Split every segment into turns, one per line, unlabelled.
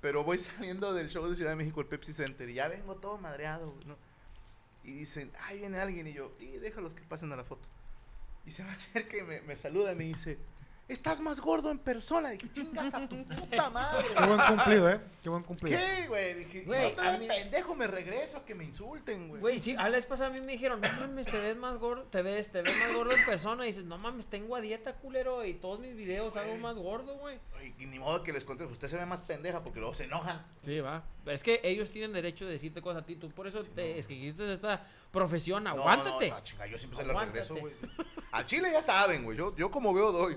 Pero voy saliendo del show de Ciudad de México, el Pepsi Center, y ya vengo todo madreado, güey, ¿no? Y dicen, ahí viene alguien, y yo, y déjalos que pasen a la foto. Y se me acerca y me, me saluda y me dice, estás más gordo en persona. Dije, chingas a tu puta madre.
Qué buen cumplido, ¿eh? Qué buen cumplido.
¿Qué, güey? Dije,
Güey,
no te veo
a mí-
pendejo, me regreso a que me insulten, güey.
Güey, sí, a la vez pasada a mí me dijeron, no mames, te ves más gordo, te ves, te ves más gordo en persona. Y dices, no mames, tengo a dieta, culero, y todos mis videos hago más gordo, güey.
Ay, y ni modo que les conté, usted se ve más pendeja porque luego se enojan.
Sí, va. Es que ellos tienen derecho de decirte cosas a ti. Tú por eso te escogiste esta profesión.
No,
Aguántate.
No, no, chinga, yo siempre se la
Aguántate.
regreso, güey. A Chile ya saben, güey. Yo, yo como veo doy.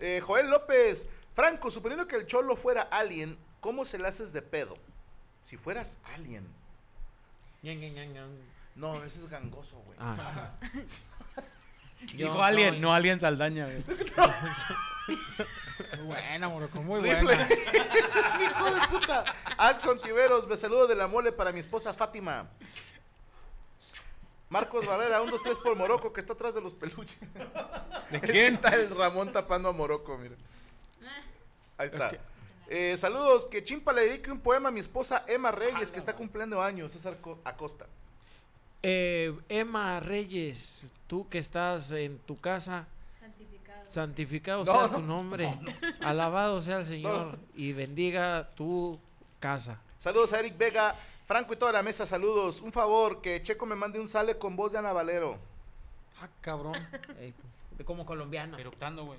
Eh, Joel López, Franco, suponiendo que el Cholo fuera alien, ¿cómo se la haces de pedo? Si fueras alien.
Ñan, ñan, ñan, ñan.
No, ese es gangoso, güey.
Ah.
Dijo Alien, no Alien Saldaña, güey.
Muy buena, Morocco,
pues,
muy
Rifle.
buena.
Hijo de puta. Axon Tiveros, me saludo de la mole para mi esposa Fátima. Marcos Valera, 1, 2, 3 por Morocco, que está atrás de los peluches.
¿De
Ahí
quién?
Está el Ramón tapando a Morocco, mira. Ahí está.
que-
Eh, saludos, que Chimpa le dedique un poema a mi esposa Emma Reyes, que está cumpliendo años, César Co- Acosta.
Eh, Emma Reyes, tú que estás en tu casa,
Santificado.
santificado
No,
sea
no,
tu nombre, alabado sea el Señor
No.
y bendiga tu casa.
Saludos a Eric Vega, Franco y toda la mesa, saludos. Un favor, que Checo me mande un sale con voz de Ana Valero.
Ah, cabrón.
Eh, como colombiana.
Eruptando, güey.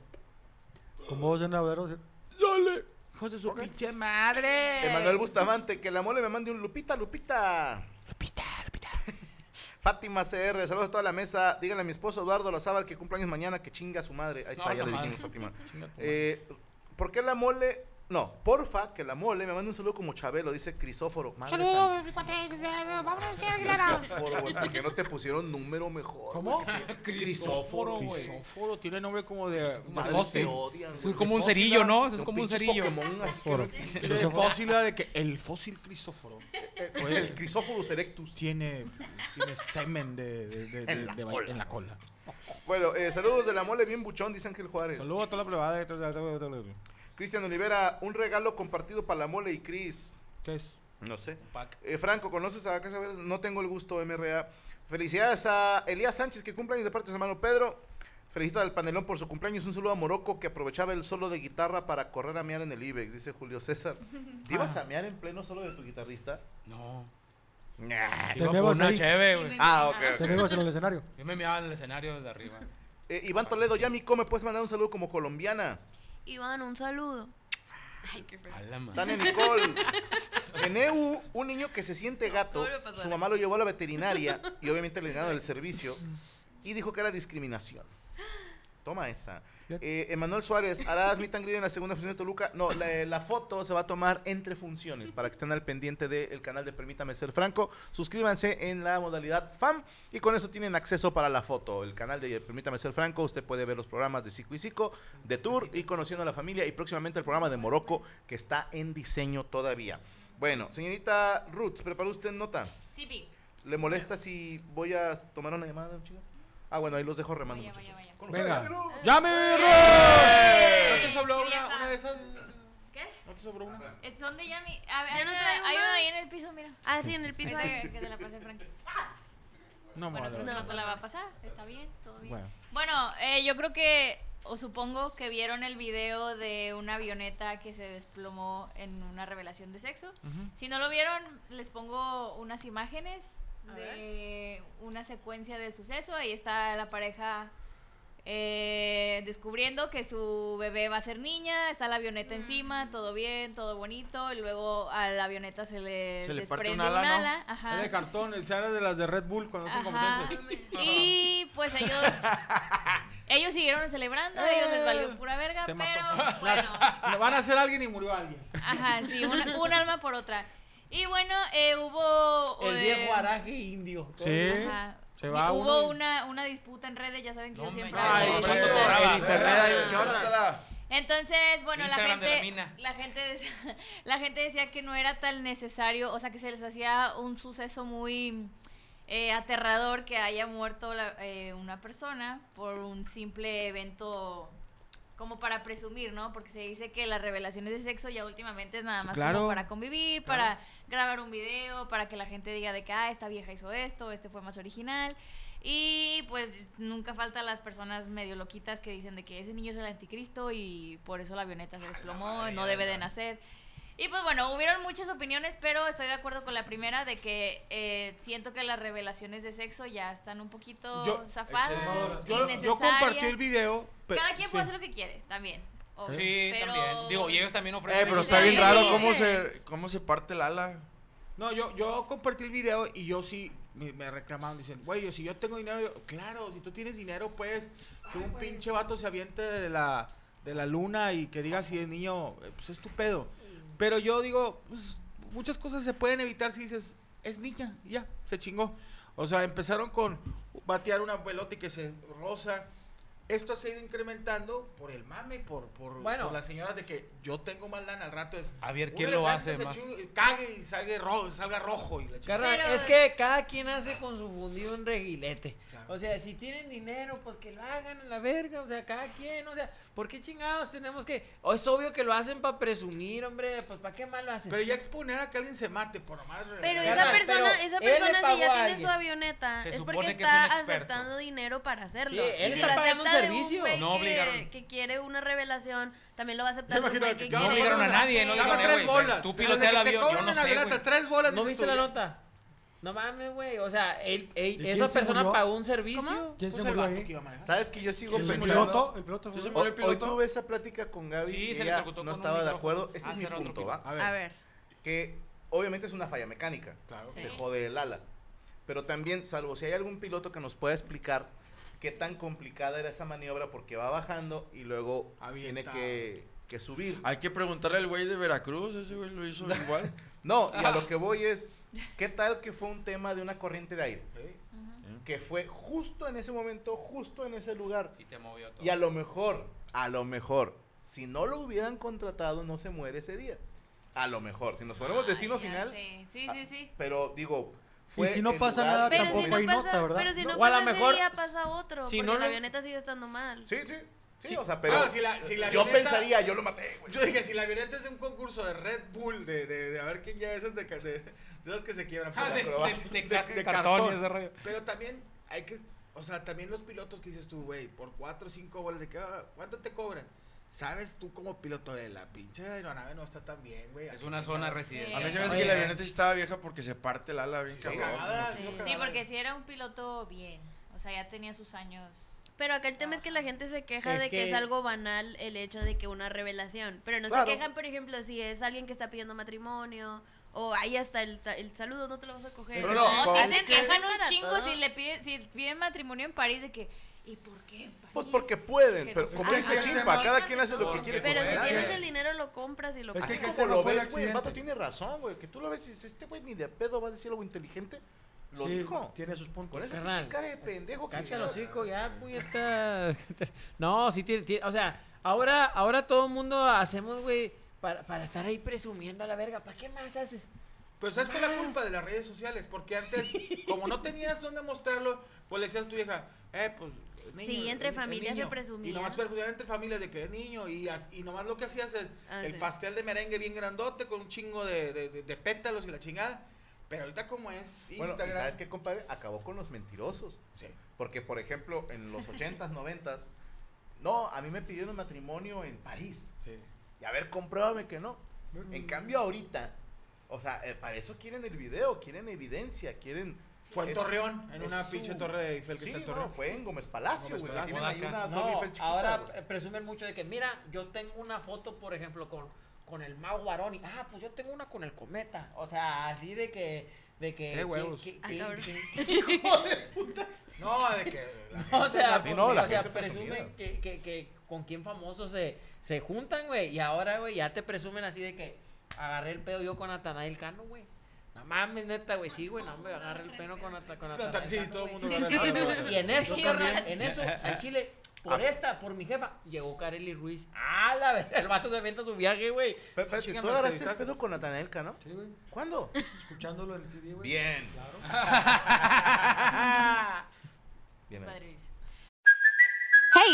Con voz de navero.
¡Dale!
Hijos de su
Ok.
pinche madre.
Emanuel Bustamante, que la mole me mande un Lupita, Lupita.
Lupita, Lupita.
Fátima CR, saludos a toda la mesa. Díganle a mi esposo Eduardo Lazábal que cumpleaños mañana, que chinga a su madre. Ahí está,
No,
ya
la
le
madre.
dijimos, Fátima.
Chinga tu madre.
Eh, ¿Por qué la mole? No, porfa, que la mole me mande un saludo como Chabelo, dice Crisóforo. Madre
Saludos,
santísima.
cuate, vámonos a Aguilera.
Crisóforo, güey, ¿por qué no te pusieron número mejor?
¿Cómo?
güey?
Crisóforo, güey.
Crisóforo, tiene nombre como de.
Madres te odian,
Es
güey.
como un cerillo, ¿no? Es como un
pinches
cerillo.
Pokémon, así que no existe.
El fósil era de que el fósil Crisóforo
El, el Crisóforos erectus.
tiene, tiene semen de, de, de- de-
En la
de-
cola.
en la cola.
Bueno, eh, saludos de la mole bien buchón, dice Ángel Juárez.
Saludos a toda la privada.
Cristian Olivera, un regalo compartido para la mole y Cris.
¿Qué es?
No sé.
Pac.
Eh, Franco, ¿conoces a Casa Verde? No tengo el gusto, MRA. Felicidades a Elías Sánchez, que cumpleaños de parte de su hermano Pedro. Felicito al panelón por su cumpleaños. Un saludo a Morocco, que aprovechaba el solo de guitarra para correr a mear en el IBEX, dice Julio César. ¿Te ibas a mear en pleno solo de tu guitarrista?
No.
Nah.
Iba por
vemos
una
ahí.
cheve, güey.
Ah, ok, ok.
Tenemos en el escenario.
Yo me miraba en el escenario desde arriba.
Eh, Iván Toledo, ya mi come, puedes mandar un saludo como colombiana.
Iván, un saludo. Ay, qué feo.
A la madre.
Tania Nicole. En EU, un niño que se siente gato,
No, no me pasó
su
nada.
mamá lo llevó a la veterinaria y obviamente le negaron el servicio y dijo que era discriminación. Toma esa. Eh, Emanuel Suárez, harás meet and greet en la segunda función de Toluca. No, la, la foto se va a tomar entre funciones para que estén al pendiente del canal de Permítame Ser Franco. Suscríbanse en la modalidad FAM y con eso tienen acceso para la foto. El canal de Permítame Ser Franco, usted puede ver los programas de Cico y Cico, de Tour y Conociendo a la Familia y próximamente el programa de Morocco que está en diseño todavía. Bueno, señorita Roots, ¿preparó usted nota?
Sí, pi.
¿Le molesta si voy a tomar una llamada, chico? Ah, bueno, ahí los dejo remando,
Vaya,
muchachos.
vaya, vaya.
Con ustedes,
Venga.
Gabriel.
¡Llame,
¡Eh!
Ross! ¿No te sobró
Sí,
una,
vieja.
una de esas?
¿Qué?
¿No te sobró una?
¿Es donde ya mi.? A ver, hay
no
una-
traigo
Hay uno
más.
ahí en el piso, mira.
Ah, sí, en el piso
Ahorita
hay.
que que te la pasé, Frank.
No,
Bueno,
madre.
no te la va a pasar. Está bien, todo bien.
Bueno.
Bueno, eh, yo creo que, o supongo que vieron el video de una avioneta que se desplomó en una revelación de sexo. Si no lo vieron, les pongo unas imágenes
A
de una secuencia del suceso. Ahí está la pareja eh, descubriendo que su bebé va a ser niña, está la avioneta encima, todo bien, todo bonito, y luego a la avioneta se le,
Se le parte
desprende
un ala, ¿no?
ajá.
Era de cartón, el Sara de las de Red Bull cuando hacen
Ajá.
competencias.
Y pues ellos ellos siguieron celebrando, a ellos les
Eh.
valió pura verga,
Se
pero
mató.
bueno,
Lo Van a hacer alguien y murió alguien.
ajá, sí, una- un alma por otra. Y bueno, eh, hubo
El
eh,
viejo ¿eh? araje indio.
Sí.
ajá,
Se va
hubo
uno y-
una, una disputa en redes, ya saben que
No
yo
me
siempre
digas,
hablo de
Ay,
¿cuánto
disputas.
hombre,
cobraba?
en internet hay un chorro.
Entonces, bueno, la
Instagram de la
gente,
mina.
la, gente decía, la gente decía que no era tan necesario, o sea, que se les hacía un suceso muy eh, aterrador que haya muerto la- eh, una persona por un simple evento como para presumir, ¿no? Porque se dice que las revelaciones de sexo ya últimamente es nada
Sí,
más
claro.
como para convivir, para grabar un video, para que la gente diga de que, ah, esta vieja hizo esto, este fue más original. Y pues nunca faltan las personas medio loquitas que dicen de que ese niño es el anticristo y por eso la avioneta se desplomó, no debe de nacer. Y pues bueno, hubieron muchas opiniones, pero estoy de acuerdo con la primera de que eh, siento que las revelaciones de sexo ya están un poquito
Yo-
zafadas,
Yo,
innecesarias.
yo compartí el video. pe-
Ah, Cada quien puede
sí.
hacer lo que quiere, también. obvio,
Sí,
pero-
también. Digo, y ellos también ofrecen.
Eh, pero
ese
está bien
servicio.
raro cómo se, cómo se parte el ala.
No, yo, yo compartí el video y yo sí me me reclamaron. Dicen, güey, yo, si yo tengo dinero, yo, claro, si tú tienes dinero, pues que un pinche vato se aviente de la, de la luna y que diga si es niño, eh, pues es tu pedo. Pero yo digo, pues, muchas cosas se pueden evitar si dices, es niña, y ya, se chingó. O sea, empezaron con batear una pelota y que se rosa. Esto se ha ido incrementando por el mame, por, por,
Bueno.
por las señoras de que yo tengo más lana al rato. Es,
A ver,
un
¿quién lo
elefante
hace
se
más?
chingue- Cague y salga, ro- salga rojo y la chingada.
Carnal,
Pero-
es que cada quien hace con su fundido un reguilete. O sea, si tienen dinero, pues que lo hagan a la verga. O sea, cada quien. O sea, ¿por qué chingados tenemos que.? o es obvio que lo hacen para presumir, hombre. Pues ¿para qué más lo hacen?
Pero ya exponer a que alguien se mate por nomás
Pero
revelar.
esa
Carnal,
persona,
pero
esa
él le
persona
pagó
si ya
a
tiene
alguien.
su avioneta,
Se
es
supone
porque
que es un
está
experto.
aceptando dinero para hacerlo.
Sí, él
y si
está
lo
pagando un
acepta de un
servicio.
güey
No
que,
obligaron.
que quiere una revelación, también lo va a aceptar un
Yo imagino
güey
que
que
cada
No
quiere
obligaron a
una
nadie, no
fe.
dijeron,
Daba
eh,
tres
güey,
bolas.
tú
O sea,
pilota
desde que
el
te
avión, yo
cobran
no
una
sé,
grata,
güey.
Tres bolas.
¿No
dices
viste
tú,
la
ya.
nota? No mames, güey. O sea, él, él-
¿Y
esa
quién se
persona
murió?
pagó un servicio.
¿Cómo?
¿Quién
Pues
se
el
murió
vato
ahí?
que iba a manejar.
¿Sabes que yo sigo
pues,
¿El
pensando?
piloto? ¿El piloto? fue?
Yo soy
Hoy,
el
hoy
piloto.
tuve esa plática con Gaby
Sí,
y ella
se electrocutó
no
con un
estaba de
micrófono.
acuerdo. Este
Ah,
es mi
ese era otro
punto,
pico.
¿va?
A ver.
A ver,
Que obviamente es una falla mecánica.
Claro.
Sí.
Se jode el ala. Pero también, salvo si hay algún piloto que nos pueda explicar qué tan complicada era esa maniobra porque va bajando y luego
Avienta.
tiene que, que subir.
Hay que preguntarle al güey de Veracruz, ese güey lo hizo igual.
No, y a lo que voy es, ¿qué tal que fue un tema de una corriente de aire?
Ujú.
Que fue justo en ese momento, justo en ese lugar.
Y te movió todo.
Y a lo mejor, a lo mejor, si no lo hubieran contratado, no se muere ese día. A lo mejor, si nos ponemos
Ay,
destino
Ah, ya
final,
sé. Sí,
Ah,
sí, sí.
pero digo,
Y si no pasa nada,
pero
tampoco
si no
hay
pasa,
nota, ¿verdad?
pero si no,
No. O a
pasa
lo mejor,
ese día pasa otro,
si
porque
no lo-
la avioneta sigue estando mal.
Sí, sí, sí, o sea, pero
Ah, si la- si la
yo
avioneta-
pensaría, yo lo maté, güey.
Yo dije, si la avioneta es de un concurso de Red Bull, de, de, de a ver quién ya es de, que se- de los que se quiebran.
Ah,
por
de,
la-
de- de ca-
de- de
cartón y
cartón.
ese rollo.
Pero también hay que, o sea, también los pilotos que dices tú, güey, por 4 o 5 bolas, de que, ah, ¿cuánto te cobran? Sabes tú como piloto de la pinche aeronave no está tan bien, güey.
Es
Aquí
una
chingada.
zona
A mí se
residencial.
me hace
Oye.
que la
eh,
avioneta sí estaba vieja porque se parte el ala bien
Sí,
cabrón.
Cagada,
Sí.
hizo
Sí,
Sí,
cagada.
porque si era un piloto bien. O sea, ya tenía sus años.
Pero acá el tema es que la gente se queja
Es
de que,
que-
es algo banal el hecho de que una revelación. Pero no
Claro.
se quejan, por ejemplo, si es alguien que está pidiendo matrimonio o ahí hasta el, sa- el saludo no te lo vas a coger.
Pero no,
No,
con-
si se
es que-
quejan un
para
chingo
todo.
si le piden, si piden matrimonio en París de que, ¿y por qué en París?
Pues porque pueden,
Pero
pero
sí.
como
Ah,
dice
sí,
Chimpa,
sí,
cada
sí,
quien
sí,
hace lo
sí.
que quiere.
Pero
con
si
él.
tienes el dinero lo compras y lo
Es
pagas.
Así
que el
como
tema
lo
fue el
ves, güey, el
accidente.
vato tiene razón, güey, que tú lo ves y dices, este güey ni de pedo va a decir algo inteligente. Lo
Sí,
dijo.
tiene sus puntos.
Con ese
Carnal,
pinche cara de pendejo que
Cállate el
chingas.
hocico, ya, puñeta. No, sí tiene, tiene- O sea, ahora, ahora todo el mundo hacemos, güey, para, para estar ahí presumiendo a la verga. ¿Para qué más haces?
Pero ¿sabes cuál es la culpa de las redes sociales? Porque antes, como no tenías dónde mostrarlo, pues le decías a tu vieja, eh, pues, es niño.
Sí, entre
es- es
familias se
niño.
presumía.
Y nomás presumían entre familias de que es niño y, as- y nomás lo que hacías es
Ah,
el
sí.
pastel de merengue bien grandote con un chingo de, de- de- de pétalos y la chingada. Pero ahorita como es
Bueno,
Instagram...
¿y ¿sabes qué, compadre? Acabó con los mentirosos.
Sí.
Porque, por ejemplo, en los 80s, 90s, no, a mí me pidieron matrimonio en París. Y a ver, compruébame que no.
Mm.
En cambio, ahorita, o sea, eh, para eso quieren el video, quieren evidencia, quieren.
Fue en
Es-
Torreón, en
es
una
su-
pinche torre de Eiffel que
Sí,
está en
no,
Torreón.
fue en Gómez Palacio,
Gómez
güey.
Palacio.
Tienen ahí una
No,
Torre Eiffel chiquita,
ahora
güey.
eh, presumen mucho de que, mira, yo tengo una foto, por ejemplo, con, con el Mau Guaroni. Ah, pues yo tengo una con el Cometa. O sea, así de que... De que
Qué huevos.
que- que-
Ah,
que-
cabrón.
que-
No, de que... la gente-
o sea,
Sí, no, la
o sea,
gente
presumen
presumida.
que, que, que con quién famoso se, se juntan, güey. Y ahora, güey, ya te presumen así de que agarré el pedo yo con Atanael Cano, güey. No mames, neta, güey, sí, güey, no, güey, agarré el pedo con, Ata- con
Santa-
Atanael
sí,
Cano,
todo el
güey.
mundo agarra el pedo.
Y en eso,
Yo
también,
también.
en eso, al Chile, por
Ah.
esta, por mi jefa, llegó Kareli Ruiz. ¡Ah, la verga! El vato se avienta su viaje, güey.
Pe- espérate,
Chíngame,
¿tú agarraste el
entrevistaste.
pedo con Natanael Cano?
Sí, güey.
¿Cuándo?
Escuchándolo en el CD, güey.
Bien.
Claro.
Bien,
Ah,
Padrísimo.
Hey,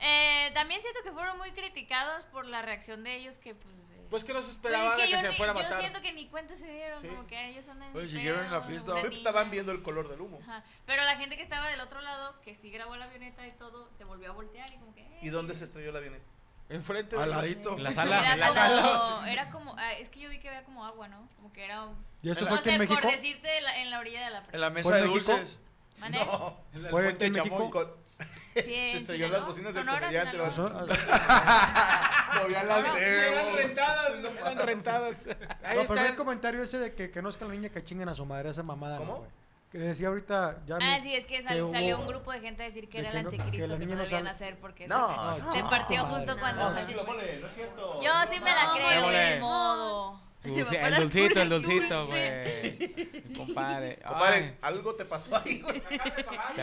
eh, también siento que fueron muy criticados por la reacción de ellos que pues... eh,
Pues que no se
pues, es
esperaba
que
que,
yo,
se
ni-
fuera a
yo
matar.
siento que ni cuenta se dieron,
Sí.
como que ellos andan
Oye,
en
siguieron en la fiesta,
una
ahorita
niña.
estaban viendo el color del humo.
Ajá. Pero la gente que estaba del otro lado, que sí grabó la avioneta y todo, se volvió a voltear y como que... eh,
¿Y dónde se estrelló la avioneta?
Enfrente
del
Al ladito.
En la sala.
Era
En la
como,
sala.
era como- ah, es que yo vi que había como agua, ¿no? Como que era un...
¿Y esto
no
fue aquí
sé,
en
por
México?
decirte, la- en la orilla de la
En la mesa
¿Fue
de
en México?
dulces.
¿Mané?
En el
¿Fue
puente
en
de
México?
Chamuco.
Sí,
se
en
estrelló en
Sinaloa.
las bocinas del
Sonora,
comediante. lo-
Sinaloa.
Lo vi a
Ah,
Ah,
las de.
rentadas, no eran rentadas.
Ahí
no, pero
está
vi
el-
el comentario ese de que, que no es que la niña que chinguen a su madre, esa mamada. no,
¿Cómo?
güey. que decía ahorita. Ya
Ah,
me-
sí, es que sal-
hubo-
salió un grupo de gente a decir que
de
era el
que no- que la
anticristo, que no,
niña no
debían
sabe.
hacer porque
No,
se,
no,
se partió
madre,
justo
no.
cuando...
No, tranquilo, mole, no es cierto.
Yo sí me la
No,
creo,
mole.
de modo.
Dulce- el dulcito, el dulcito, güey. Compadre.
Compadre, algo te pasó ahí, güey.
Ay, te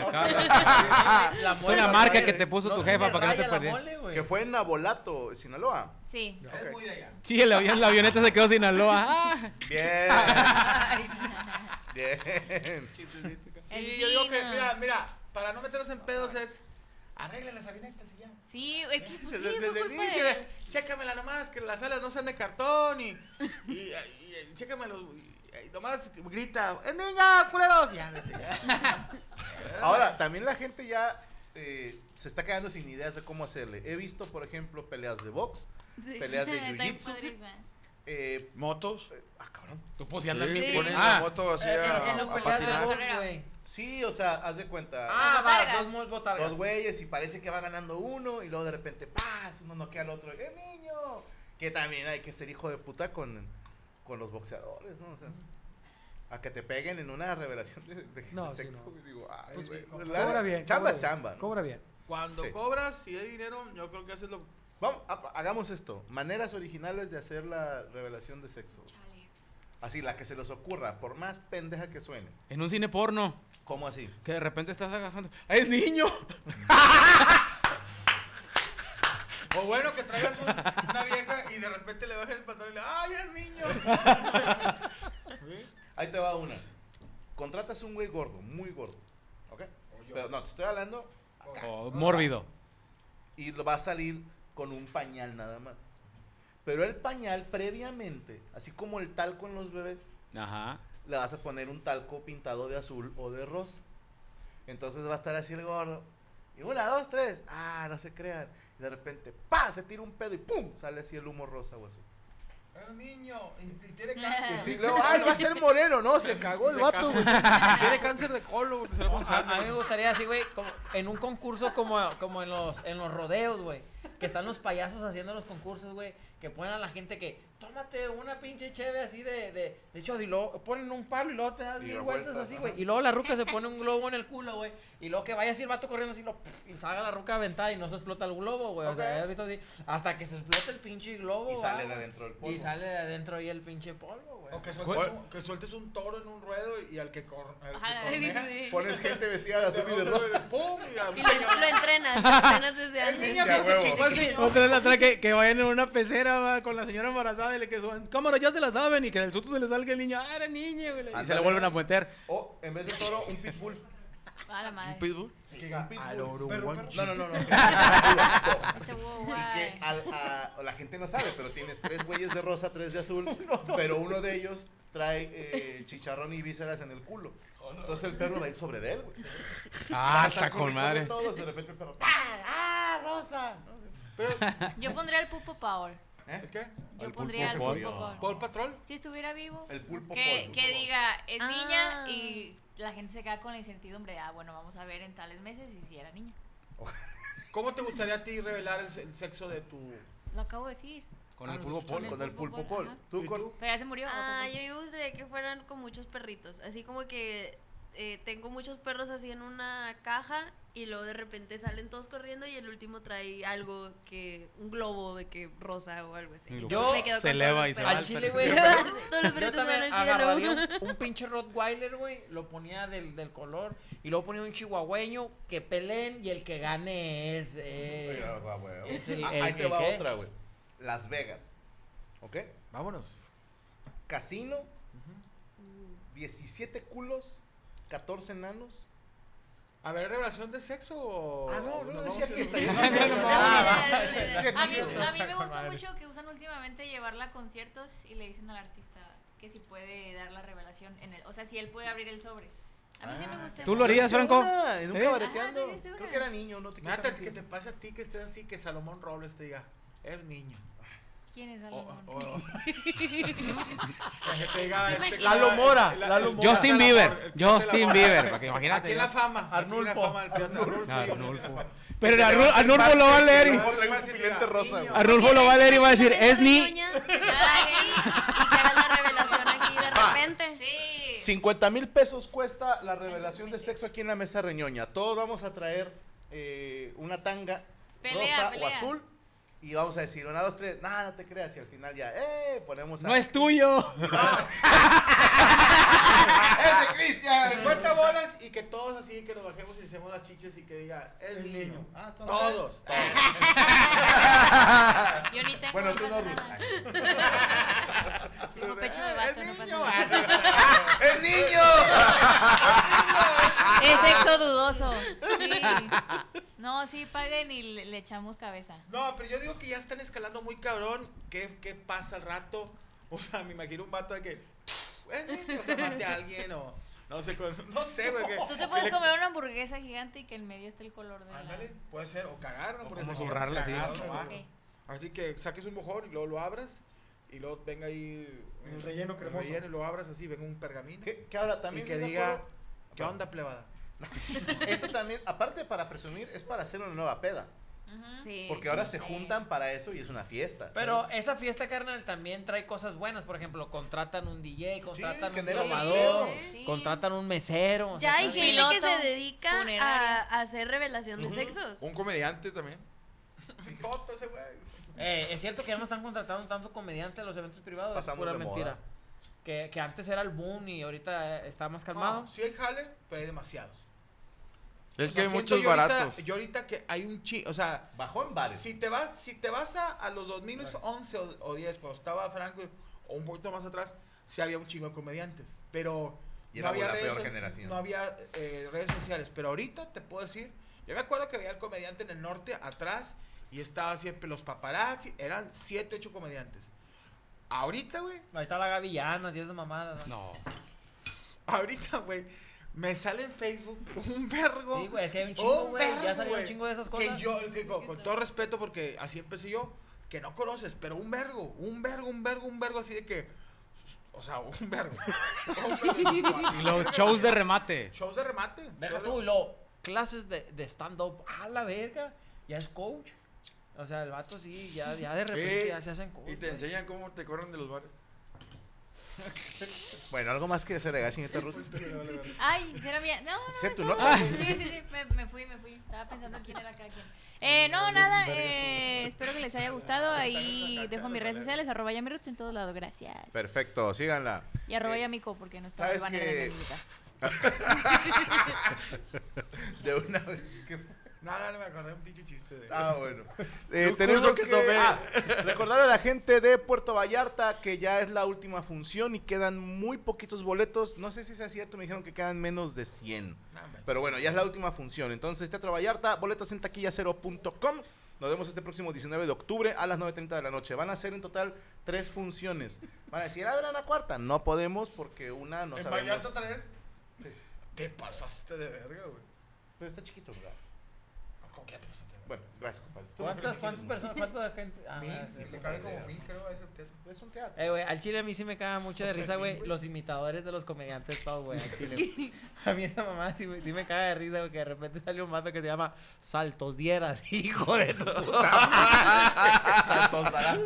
acabas-
La
Soy
mole,
la
no
marca
raya,
que
güey.
te puso
no
tu
se
jefa
le
para que no
raya
te
la
perdieras.
mole, güey.
Que fue en Nabolato, Sinaloa.
Sí.
Ok.
Sí, el avión, la avioneta se quedó sin Sinaloa. Ah.
Bien,
Ay,
bien.
Sí, yo digo que, mira, mira, para no meternos en pedos es. Arreglen las avionetas y ya.
sí, es que pues sí,
desde,
fue
desde el
culpa
inicio,
de
eh, chécamela nomás, que las alas no sean de cartón y, y, y, y chécamelo, y- y nomás grita, ¡Eh, niña, culeros! Ya, vete, ya.
Ahora, también la gente ya eh, se está quedando sin ideas de cómo hacerle. He visto, por ejemplo, peleas de box,
Sí.
peleas de
Está bien
jiu-jitsu.
padrisa.
eh,
Motos.
ah, cabrón.
Tú pues, si andan bien
Sí, ponen
Ah.
la moto
eh.
así
En-
a,
en
a
la pelea de
patinar.
dos,
patinar.
güey.
Sí, o sea, haz de cuenta.
Ah,
botargas.
va, dos mol botargas.
Dos güeyes y parece que va ganando uno y luego de repente, ¡paz! Uno noquea al otro. ¡Eh, niño! Que también hay que ser hijo de puta con, con los boxeadores, ¿no? O sea, a que te peguen en una revelación de, de-
No,
de
sí,
sexo.
no.
y Digo, ay,
Pues,
güey,
co-
la-
cobra bien.
Chamba,
cobra bien,
chamba. ¿no?
Cobra bien.
Cuando
Sí.
cobras, si hay dinero, yo creo que eso es lo.
Vamos, ha- hagamos esto. Maneras originales de hacer la revelación de sexo.
Chale.
Así, la que se les ocurra, por más pendeja que suene.
En un cine porno.
¿Cómo así?
Que de repente estás agazando. ¡Ah, es niño!
O bueno, que traigas un- una vieja y de repente le bajes el pantalón y le ¡ay, es niño!
Ahí te va una. Contratas un güey gordo, muy gordo. ¿Ok? Pero no, te estoy hablando. acá.
Oh, mórbido.
y lo va a salir con un pañal nada más. Pero el pañal previamente, así como el talco en los bebés,
Ajá.
le vas a poner un talco pintado de azul o de rosa. Entonces va a estar así el gordo. Y una, dos, tres. Ah, no se crean. Y de repente, ¡pa! Se tira un pedo y ¡pum! Sale así el humo rosa o así.
¡Es niño! Y, y tiene
Y
cáncer.
sí, luego, ¡ay, va a ser moreno! No, se cagó el vato, güey.
tiene cáncer de colon, porque se lo
A, a mí me gustaría así, güey, como en un concurso como, como en los en los rodeos, güey. Que están los payasos haciendo los concursos, güey. Que ponen a la gente que, tómate una pinche cheve así de, de, de hecho, y luego ponen un palo y luego te das
Y
mil
da
vueltas,
vueltas,
así,
ajá.
güey. Y luego la ruca se pone un globo en el culo, güey. Y luego que vaya así el vato corriendo así, lo, pf, y salga la ruca aventada y no se explota el globo, güey. O sea,
Ok.
ya has visto así, hasta que se explota el pinche globo. ah,
Y sale de
güey.
adentro del polvo.
Y sale de adentro ahí el pinche polvo, güey.
O que
¿Cuál?
sueltes, un, que sueltes un toro en un ruedo y al que, cor, al que
Ojalá.
cornea,
Sí.
Pones gente vestida de azul y de rosa.
¡Pum! Y la
Y lo, en- lo entrenas, lo entrenas desde
El niño
Ya,
antes.
que se
huevo. Pues,
chingó al señor.
Otra vez la trae que, que vayan en una pecera va, con la señora embarazada y le que suban. Cámara, ya se la saben. Y que del susto se le salga el niño. ¡Ah, era niño! güey. Y se
Ándale.
la vuelven a meter.
O, en vez de toro, un pitbull.
A la madre.
pitbull?
Sí, un
Pero,
pitbull.
pero-
No, no, no, no. Dos, dos.
Ese huevo,
Y Ah,
guay.
que al- a- la gente no sabe, pero tienes tres güeyes de rosa, tres de azul, pero uno de ellos trae eh, chicharrón y vísceras en el culo. Entonces el perro va a ir sobre de él, güey. Va
Ah,
a estar
está con
corriendo de
madre.
todos, de repente el perro, ¡ah, ah, rosa! No sé.
Yo pondría el pupo Paul.
¿Eh?
¿Qué?
Yo
El
pondría el
pulpo se
pupo
murió.
Paul.
¿Paul Patrol?
Si estuviera vivo,
El pulpo
que,
Paul.
que diga, es niña
Ah.
y la gente se queda con la incertidumbre. de, Ah, bueno, vamos a ver en tales meses y si era niña.
¿Cómo te gustaría a ti revelar el, el sexo de tu.
Lo acabo de decir.
Con el pulvo pol.
Con el pulpo pol.
Ajá.
¿Tú
¿Y
con-
tú?
Pero ya se murió.
Ah,
otro
yo me gustaría que fueran con muchos perritos. Así como que eh, tengo muchos perros así en una caja y luego de repente salen todos corriendo y el último trae algo que, un globo de que rosa o algo así.
Y
Entonces
luego
me quedo
se
con
eleva
todos
y
los
se
perros.
va al
Chile, güey.
Todos los
Yo
perritos van
también
al cielo.
agarraría un, un pinche Rottweiler, güey. Lo ponía del, del color. Y luego ponía un chihuahueño que peleen y el que gane es. es-
Oiga, va, güey.
es el-
Ah,
el-
ahí te
el
va
qué?
otra, güey. Las Vegas. ¿Ok?
Vámonos.
Casino. 17 culos. 14 nanos.
A ver, ¿revelación de sexo o.?
Ah, no, no,
nos
decía
vamos
que
a-
estaría-
Ah,
No,
no,
no,
no,
no,
no,
no,
no,
no,
A mí,
no, no,
a mí me
no,
gusta
madre.
mucho que usan últimamente llevarla a conciertos y le dicen al artista que si puede dar la revelación en el, o sea, si él puede abrir el sobre. A mí sí me gusta.
¿Tú lo harías, Franco?
Ah, Una, en un
¿Eh?
cabareteando.
Ajá, sí, sí,
Creo
una.
que era niño, no te quiero
Imagínate
echar
que te
mentiras.
pasa a ti que estés así, que Salomón Robles te diga, es niño.
¿Quién es
O-
Salomón?
o- o- que te diga,
Oh, Imagínate.
este,
Lalo Mora,
la-
Lalo
el-
Mora.
el-
Justin
el-
Bieber,
el- el-
Justin
el-
Bieber, porque imagínate.
Aquí en la fama.
Arnulfo.
Arnulfo.
Arnulfo. Pero el Arnul- Arnulfo lo va a leer y.
Luego trae un pupilente rosa, güey.
Arnulfo lo va a leer y va a decir, es ni.
Doña,
la revelación aquí de
Va.
repente.
Sí.
50 mil pesos cuesta la revelación de sexo aquí en la mesa reñoña. Todos vamos a traer eh, una tanga
Pelea,
rosa
pelea.
o azul. Y vamos a decir, una, dos, tres, nada, no te creas. Y al final ya, eh, ponemos a...
No es tuyo.
¡Ese Cristian!
50 bolas y que todos así, que nos bajemos y hacemos las chiches y que diga, es
El
niño.
niño. Ah, toma.
Todos.
Yo ni tengo,
Bueno, tú
pasa
no, Ruth.
nada. Tengo pecho de
El
vato, no
niño.
pasa nada.
¡El niño!
Es sexo dudoso. Sí. No, sí, paguen y le, le echamos cabeza.
No, pero yo digo que ya están escalando muy cabrón. ¿Qué, qué pasa al rato? O sea, me imagino un vato de que. eh, o sea, mate a alguien o. No sé, con- no sé, güey. que-
Tú te
que
puedes
le-
comer una hamburguesa gigante y que en medio esté el color de la...
Ándale, puede ser. O cagar, ¿no?
O
Por
como
eso.
zurrarle así.
Cagar,
Claro,
¿no?
Ok.
Así que saques un mojón y luego lo abras. Y luego venga ahí.
El relleno cremoso.
El relleno y lo abras así, venga un pergamino.
que, que ahora también...
y que
me
diga,
acuerdo-
¿qué onda, plebada?
Esto también, aparte para presumir, es para hacer una nueva peda.
Ujú.
Sí.
Porque ahora se juntan para eso y es una fiesta.
Pero esa fiesta, carnal, también trae cosas buenas. Por ejemplo, contratan un DJ, contratan un
generas
grabador,
ingresos.
Sí.
contratan un mesero. o sea,
Ya hay
Un
gente que
piloto,
se dedica
funerario.
a, a hacer revelación de
Ujú.
sexos.
Un comediante también.
Joto ese güey.
Eh, es cierto que ya no están contratando tanto comediante en los eventos privados.
Pasamos
es pura
de
mentira.
moda.
Que, que antes era el boom y ahorita eh, está más calmado.
No, sí hay jale, pero hay demasiados.
Es
O
que
sea,
hay
siento
muchos
yo ahorita-
baratos.
yo ahorita que hay un chi, o sea,
Bajó en bares.
si te vas, si te vas a, a los 2011 o, o 10, cuando estaba Franco, o un poquito más atrás, sí había un chingo de comediantes, pero
Y era la peor
so-
generación.
no había eh, redes sociales, pero ahorita te puedo decir, yo me acuerdo que había el comediante en el norte atrás y estaba siempre los paparazzi, eran 7, 8 comediantes. Ahorita, güey,
Ahí está la Gavillanas y esas mamadas. ¿no?
No.
Ahorita, güey, me sale en Facebook un vergo.
Sí, güey, es que hay un chingo, güey, ya
vergo,
salió un
güey,
chingo de esas
Que
cosas.
yo, que con, con todo respeto, porque así empecé yo, que no conoces, pero un vergo, un vergo, un vergo, un vergo así de que. O sea, un vergo. Un vergo.
Y los shows de remate.
Shows de remate.
Deja
Shows
tú y
de-
luego, clases de, de stand-up a la verga. Ya es coach. O sea, el vato sí, ya, ya de repente
Sí.
ya se hacen coach.
Y te
güey.
enseñan cómo te corren de los bares.
Bueno, algo más que agregar, señorita Ruth.
Ay, si era mía. No, no,
Sé tu
no.
nota,
Sí, sí, sí, me, me fui, me fui. Estaba pensando quién era cada quien. Eh, no, nada, eh, espero que les haya gustado. Ahí dejo mis redes sociales, arroba yamirutz en todos lados, gracias.
Perfecto, síganla.
Y arroba
Eh,
yamico porque no estaba el
¿Sabes
banner de
que
mi amiguita.
De una vez que fue.
Nada, no me acordé un pinche chiste de.
Ah, bueno. Eh,
Lo
tenemos
curdo
que,
que tomé.
ah, recordar a la gente de Puerto Vallarta que ya es la última función y quedan muy poquitos boletos. No sé si sea cierto, me dijeron que quedan menos de 100.
Nah, hombre.
Pero bueno, ya es la última función. Entonces, Teatro Vallarta, boletos en taquillacero.com. Nos vemos este próximo 19 de octubre a las 9.30 de la noche. Van a ser en total tres funciones. Van a decir, a ver, a la cuarta. No podemos porque una no
¿En
sabemos.
Vallarta otra vez? Te pasaste de verga, güey.
Pero está chiquito, ¿verdad?
¿Con qué te pasaste? de verga?
Bueno, gracias, compadre. Tú-
¿Cuántas, cuántas personas, cuánta gente? Ah,
Mil,
ya,
le
sí.
caben como mil, creo, a ese hotel.
Es un teatro.
Eh, güey, al chile a mí sí me caga mucho de risa, güey, los imitadores de los comediantes, todo, güey, al chile. güey. A mí esa mamá sí, me- sí me caga de risa, güey, que de repente sale un mato que se llama Saltos Dieras, hijo de tu
Santos Darás.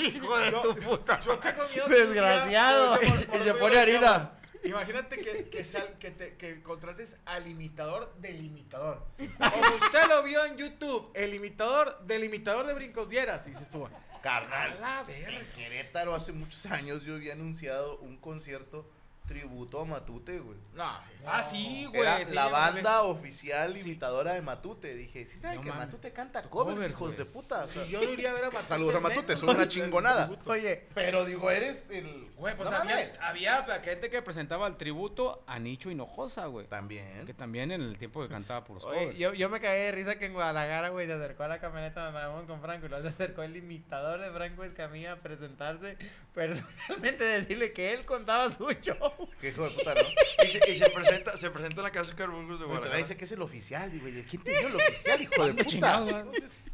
hijo de tu puta.
Yo tengo miedo.
Desgraciado.
que un día-
Y se pone harina.
Imagínate que, que, sal- que te- que contrates al imitador del imitador. O usted lo vio en YouTube, el imitador del imitador de Brincos Dieras. Y dices tú,
Carnal,
A la
en Querétaro hace muchos años yo había anunciado un concierto tributo a Matute, güey.
no, sí.
Ah, sí, güey.
Era
sí,
la
yo
banda oficial imitadora de Matute. Dije, sí saben
No
que
mames.
Matute canta covers,
Covers,
hijos
güey.
de puta. O sea,
yo lo iría a ver a Matute.
Saludos a Matute, son una chingonada.
Oye,
Pero digo, eres el.
Güey, pues
No
había,
mames.
había gente que presentaba el tributo a Nicho Hinojosa, güey.
También.
Que también en el tiempo que cantaba por los
Oye,
covers.
yo, yo me caí de risa que en Guadalajara, güey, se acercó a la camioneta donde andábamos con Franco y luego se acercó el imitador de Franco Escamilla a presentarse personalmente, decirle que él contaba su show.
Qué hijo de puta, ¿no?
Y se, y se presenta, se presenta en la casa de Carburgos
Güey, Te
de Guadalajara.
dice que es el oficial, digo, ¿y ¿quién te dio el oficial, hijo de puta?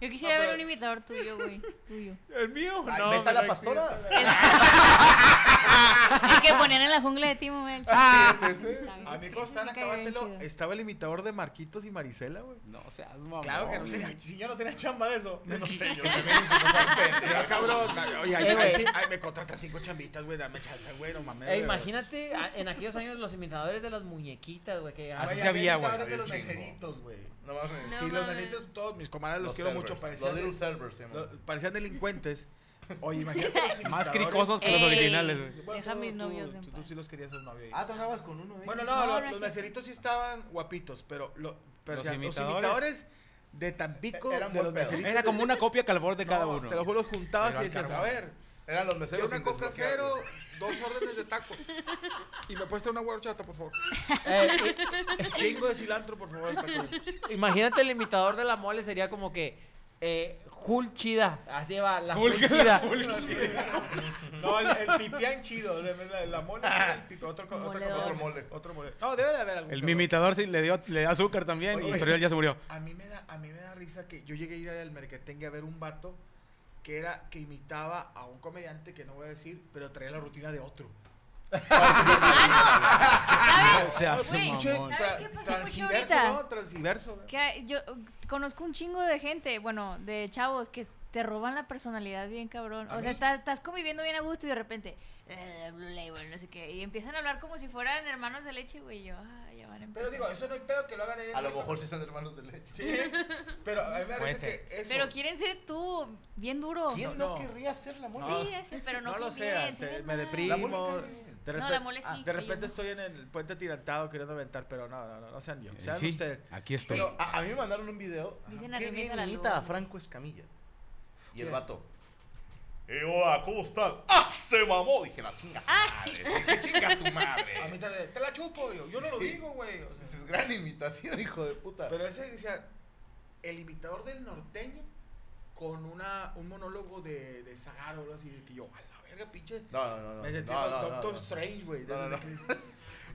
Yo quisiera ver un imitador tuyo, güey. Tuyo.
¿El mío?
Ay, vete a la pastora.
El que ponían en la jungla de Timo, güey.
Sí, sí, sí.
A mí Costán,
Nunca había
acábatelo.
chido.
Estaba el imitador de Marquitos y Marisela, güey.
No seas mamón.
Claro que no tenía, si yo no tenía chamba de eso. No sé, yo
también hice cosas pendejas.
cabrón. Oye, ahí,
Eh, güey.
ahí sí, ahí me contratan cinco chambitas, güey, dame chance, güey, no mames.
Eh, imagínate a- en aquellos años los imitadores de las muñequitas, güey, que
Así
Así
se había,
sabía,
güey.
güey. había imitadores de los
Había un chingo.
meseritos, güey.
No mames.
No
sí, los
mames.
meseritos, todos mis comadres los, quiero mucho.
servers,
Parecían,
Los little servers, se llaman.
lo- parecían delincuentes. Oye, imagínate los
Más
imitadores.
cricosos que los
Ey.
originales, güey.
Bueno,
Deja
tú-
mis
tú-
novios en
Tú, tú
paz.
sí los querías ser novio. ahí.
Ah, tú andabas con uno de
Bueno,
ellos.
No,
no, lo-
no es
los
cierto.
meseritos sí estaban guapitos, pero, lo, pero
Los
o sea, los
imitadores-
imitadores de Tampico,
E- eran
de los
buen pedo.
meseritos.
Era como una copia calvor de cada
No,
uno.
Te lo juro, los juntabas
Pero
y decías,
al
a ver,
Eran los
quiero
meseros
una
sin
coca
desbloquear,
cero,
güey.
dos órdenes de tacos. Y me puedes traer una guarochata, por favor.
Eh,
Chingo de cilantro, por favor. al taco.
i- imagínate el imitador de la mole sería como que eh, Jul Chida, así va, la Jul Chida.
No, el, el pipián chido, de la, la mole, el pipi- Ah. otro, co- otra cosa.
Otro mole.
Otro mole. No, debe de haber algún.
El
cabrón.
mimitador sí le dio, le dio azúcar también,
Oye.
pero él ya se murió.
A mí me da, a mí me da risa que yo llegué a ir al merquetengue a ver un vato que era que imitaba a un comediante que no voy a decir, pero traía la rutina de otro.
¿Sabes?
Se hace
Güey,
mamón.
Pinche
¿sabes
tra-
qué pasó mucho
transgiverso,
ahorita?
¿no? Transgiverso.
Que hay- yo eh, conozco un chingo de gente, bueno, de chavos que te roban la personalidad bien cabrón.
¿A
O
mí?
sea, estás, estás conviviendo bien a gusto y de repente, eh, Blue Label, no sé qué, y empiezan a hablar como si fueran hermanos de leche, güey. y Yo, ah, ya van a empezar.
Pero digo, eso no hay pedo que lo hagan ellos.
A lo mejor sí son hermanos de leche.
Sí, pero a mí me da
Puede
risa
ser.
que eso.
Pero quieren ser tú, bien duro.
¿Quién no,
No.
querría ser la mole?
Sí, ese, pero no,
no lo sé,
conviven, se
te-
ven
me
mal.
La
deprimo.
mole
de
No, la mole sí,
de
pero yo
repente
no.
estoy en el puente tirantado queriendo aventar, pero no, no, no, no sean yo, sean
Eh, Sí,
ustedes.
aquí estoy.
Pero a, a mí me mandaron un video.
Dicen
Qué
arriba
bien
a la
imita
luna.
a Franco Escamilla. Y el
¿Quién?
vato. Eh, hola, ¿cómo están? ¡Ah, se mamó! Dije, la chinga.
Ah,
tu madre, Dije, chinga tu
A mí
madre.
te, te la chupo, yo, yo no lo
Sí.
digo, güey. o sea.
Esa es gran imitación, hijo de puta.
Pero ese decía, el imitador del norteño con una, un monólogo de, de Zagaro, algo así, de que yo, a la verga, pinche.
no, no, no. no,
me sentí
no, no, no,
Doctor
no.
Strange, güey.
No, no, no.
desde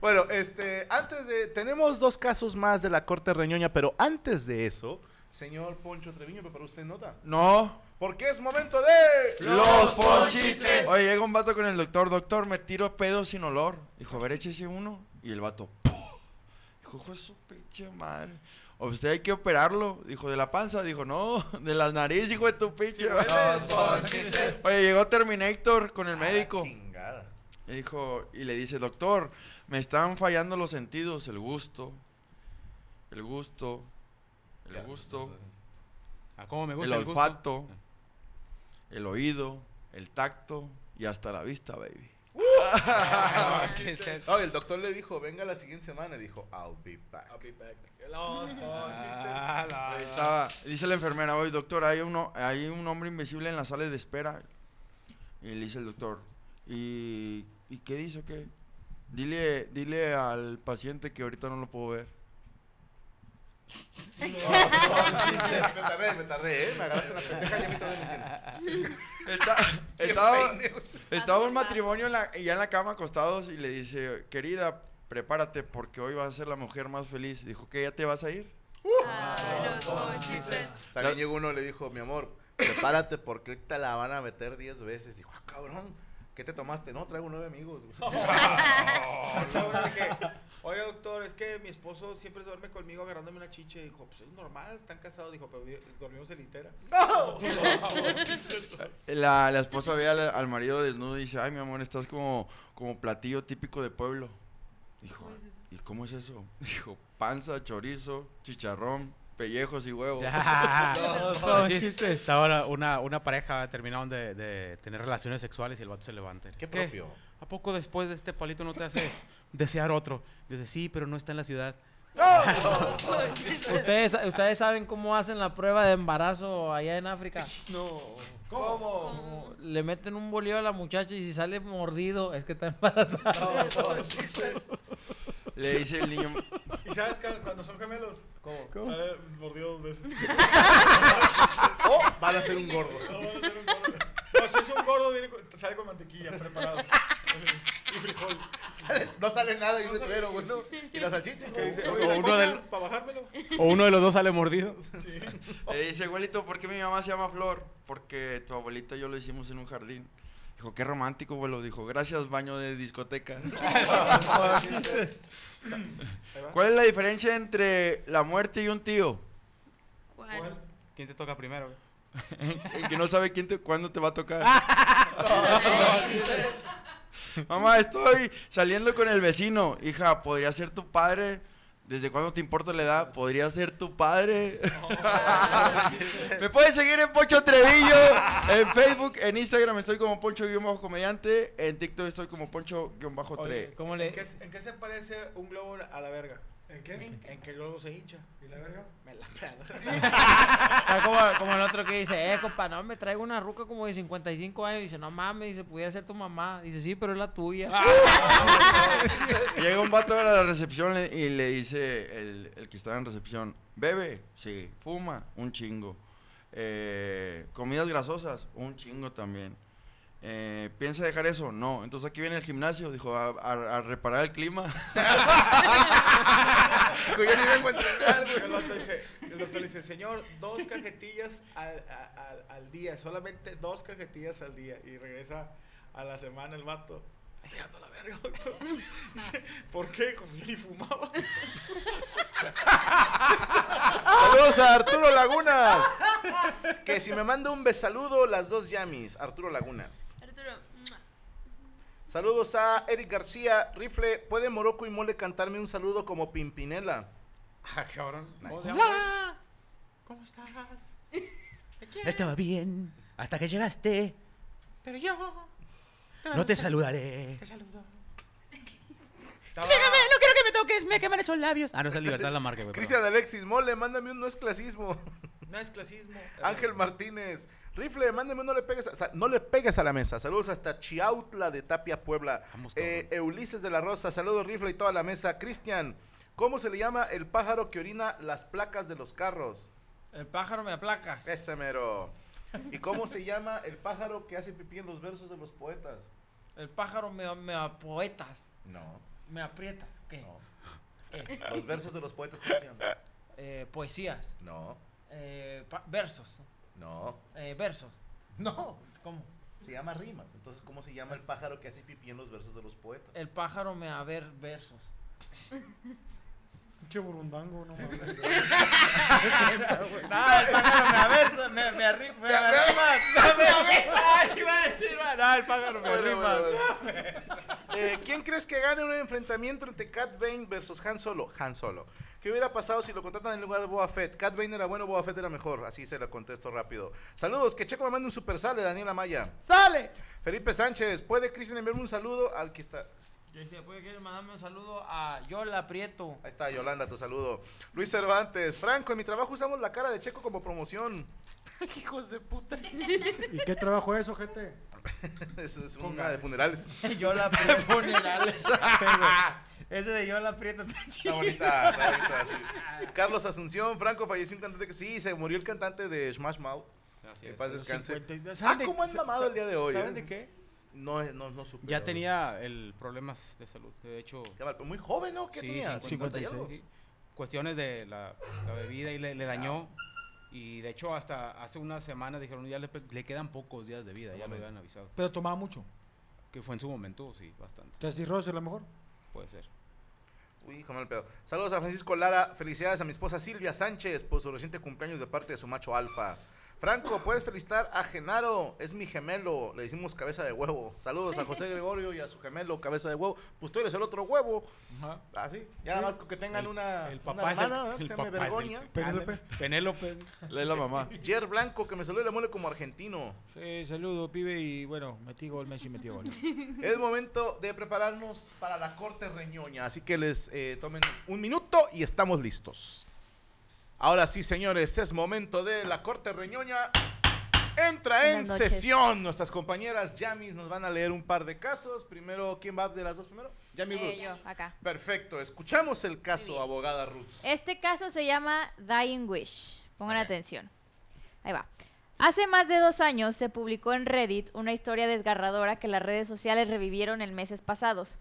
Bueno, este, antes de. Tenemos dos casos más de la corte reñoña, pero antes de eso, señor Poncho Treviño, ¿preparó usted nota?
No.
Porque es momento de.
Los ponchites. Oye, llega un vato con el doctor. Doctor, me tiro a pedo sin olor. Dijo, a ver, échese uno. Y el vato, ¡pum! Dijo, hijo de su pinche madre. O usted hay que operarlo. Dijo, de la panza. Dijo, no, de las narices, hijo de tu pinche madre". Oye, llegó Terminator con el
Ah,
médico.
chingada.
Y dijo, y le dice, doctor, me están fallando los sentidos, el gusto, el gusto, el
Ya,
gusto,
A Ah, cómo me
el
gusta el, gusto.
olfato, el oído, el tacto y hasta la vista, baby.
No, y el doctor le dijo, venga la siguiente semana. Y dijo, I'll be back.
Los ponchites.
Ah, la-
Ahí estaba. Dice la enfermera, oye, doctor, hay, uno, hay un hombre invisible en la sala de espera. Y le dice el doctor, ¿y, ¿y qué dice o qué? Dile, dile al paciente que ahorita no lo puedo ver.
me tardé, me tardé, ¿eh? Me agarraste la pendeja y a mí todavía no entiendo.
Está-
Qué
estaba,
peine, güey.
Estaba
Adulta.
un matrimonio en la- ya en la cama acostados y le dice, querida, prepárate porque hoy vas a ser la mujer más feliz. Dijo que ya te vas a ir.
Uh.
Ah, los ponchites.
También
La-
llegó uno y le dijo, mi amor, prepárate porque ahorita la van a meter 10 veces. Dijo, ah, cabrón, ¿qué te tomaste? No, traigo nueve amigos. güey.
Oye, doctor, es que mi esposo siempre duerme conmigo agarrándome una chiche. Dijo, pues es normal, están casados. Dijo, pero vi- dormimos en litera.
La, la esposa ve al, al marido desnudo y dice, ay, mi amor, estás como, como platillo típico de pueblo. Dijo, ¿y cómo es eso? Dijo, panza, chorizo, chicharrón, pellejos y huevos.
Todos chistes. Estaba una, una pareja, terminaron de, de tener relaciones sexuales y el vato se levanta.
Qué propio.
¿A poco después de este palito no te hace desear otro? Le dice, sí, pero no está en la ciudad.
¿Ustedes, ¿Ustedes saben cómo hacen la prueba de embarazo allá en África?
No. ¿Cómo?
Le meten un bolillo a la muchacha y si sale mordido es que está embarazada.
Le dice el niño,
¿Y sabes que cuando son gemelos? ¿Cómo? Sale mordido dos veces.
O van a ser un gordo.
No, van a ser un gordo. No, si es un gordo, viene con- sale con mantequilla preparado. y frijol.
Sale- no sale nada y un letrero, güey. ¿no? Y la salchicha.
Que dice,
¿no?
oye,
o
la
uno del-
¿Para bajármelo?
O uno de los dos sale mordido.
le dice, abuelito, ¿por qué mi mamá se llama Flor? Porque tu abuelita y yo lo hicimos en un jardín. Dijo, qué romántico, abuelo. Dijo, gracias, baño de discoteca. ¿Cuál es la diferencia entre la muerte y un tío?
¿Cuál?
Eh,
¿Quién te toca primero?
El que no sabe quién te- cuándo te va a tocar. Mamá, estoy saliendo con el vecino. Hija, podría ser tu padre. ¿Desde cuándo te importa la edad? Podría ser tu padre. Me puedes seguir en Poncho Trevillo. En Facebook, en Instagram estoy como Poncho-comediante. En TikTok estoy como Poncho-3.
¿Cómo
¿En
le.?
qué, ¿En qué se parece un globo a la verga? ¿En qué? En, que el globo se hincha. ¿Y la verga? Me la
Está como, como el otro que dice, eh, compa, no, me traigo una ruca como de 55 años. Dice, no mames, dice, pudiera ser tu mamá. Dice, sí, pero es la tuya.
Ah.
Llega un vato a la recepción le- y le dice el, el que estaba en recepción, bebe, sí, fuma, un chingo. Eh, comidas grasosas, un chingo también. Eh, ¿Piensa dejar eso? No. Entonces aquí viene el gimnasio, dijo, a, a- a reparar el clima.
Yo ni vengo a entrenar, güey.
El, vato dice- el doctor dice, señor, dos cajetillas al, a- al- al día, solamente dos cajetillas al día. Y regresa a la semana el vato. "Ay, ando a la verga, doctor. Dice, ¿por qué? hijo? Ni fumaba.
Saludos a Arturo Lagunas. Que si me manda un besaludo, las dos yamis. Arturo Lagunas.
Arturo, ¡mua!
Saludos a Eric García. Rifle, ¿puede Morocco y Mole cantarme un saludo como Pimpinela?
Ah, cabrón.
¿Cómo se
Hola, ¿cómo estás? ¿Te quiero,
Estaba bien hasta que llegaste.
Pero yo...
No te saludaré.
Te saludo.
Déjame, no quiero que me toques, me queman esos labios. Ah, no, esa es libertad de la marca, güey.
Cristian Alexis, Mole, mándame un no es clasismo.
No es clasismo. Eh,
Ángel Martínez. Rifle, mándame un no le pegues a, sa- no le pegues a la mesa. Saludos hasta Chiautla de Tapia, Puebla.
Vamos, cabrón.
Eh, Ulises de la Rosa, saludos Rifle y toda la mesa. Cristian, ¿cómo se le llama el pájaro que orina las placas de los carros?
El pájaro me aplaca.
Ese mero. ¿Y cómo se llama el pájaro que hace pipí en los versos de los poetas?
El pájaro me, me apoetas.
No,
Me aprietas. ¿Qué?
no.
¿Qué?
Los versos de los poetas, ¿cómo se llama?
Eh, poesías.
No,
Eh, pa- versos.
no,
Eh, versos.
no.
¿Cómo?
Se llama rimas. Entonces, ¿cómo se llama el pájaro que hace pipí en los versos de los poetas?
El pájaro me a ver versos.
Pinche burundango, no mames.
No, el pájaro me aversa, me, me arri- me arrima, no, me aversa, ay, iba a decir, va, no, el pájaro me
Bueno,
arrima.
bueno, bueno. Eh, ¿Quién crees que gane un enfrentamiento entre Cat Bane versus Han Solo? Han Solo. ¿Qué hubiera pasado si lo contratan en lugar de Boa Fett? Cat Bane era bueno, Boa Fett era mejor. Así se lo contesto rápido. Saludos, que Checo me manda un super sale, Daniela Maya.
¡Sale!
Felipe Sánchez, ¿puede Cristian enviarme un saludo? Aquí está.
Dice, pues quieres mandarme un saludo a Yola Prieto.
Ahí está, Yolanda, tu saludo. Luis Cervantes, Franco, en mi trabajo usamos la cara de Checo como promoción. Hijos de puta.
¿Y qué trabajo es, ojete?
Eso es una de funerales.
Yola Prieto. Funerales. Ese de Yola Prieto está
Está
chido.
bonita, está bonita, sí. Carlos Asunción, Franco, falleció un cantante que sí, se murió el cantante de Smash Mouth. Que paz descanse.
50 y-
Ah,
¿saben de-
cómo han
sa-
mamado el día de hoy.
¿Saben
eh?
de qué?
No, eh, no, no supe.
Ya
la
tenía el problemas de salud. De hecho,
verdad. Qué mal, pero Muy joven, ¿no? ¿Qué
sí,
tenía?
50 y
56.
algo. Cuestiones de la, la bebida y le, le dañó. Y de hecho, hasta hace unas semanas dijeron, ya le, pe- le quedan pocos días de vida, ya lo habían avisado.
Pero tomaba mucho.
Que fue en su momento, sí, bastante.
La cirrosis, a lo mejor.
Puede ser.
Uy, hijo mal pedo. Saludos a Francisco Lara. Felicidades a mi esposa Silvia Sánchez por su reciente cumpleaños de parte de su macho alfa. Franco, puedes felicitar a Genaro, es mi gemelo, le decimos cabeza de huevo. Saludos a José Gregorio y a su gemelo, cabeza de huevo. Pues tú eres el otro huevo. Así, ya nada más con que tengan una,
El
una
papá es el-
hermana, ¿verdad?
el
se llama
papá es el-
Begoña.
Penélope. Penélope.
La es la mamá.
Jer Blanco, que me saluda y le mole como argentino.
Sí, Eh, saludo, pibe, y bueno, metí gol, Messi metió gol.
Es momento de prepararnos para la corte reñoña, así que les eh, tomen un minuto y estamos listos. Ahora sí, señores, es momento de la corte reñoña. Entra en
Buenas noches.
sesión. Nuestras compañeras Yamis nos van a leer un par de casos. Primero, ¿quién va de las dos primero? Yami
Eh,
Roots.
yo, acá.
Perfecto, escuchamos el caso, abogada Roots.
Este caso se llama Dying Wish. Pongan atención. Ahí va. Hace más de dos años se publicó en Reddit una historia desgarradora que las redes sociales revivieron en meses pasados.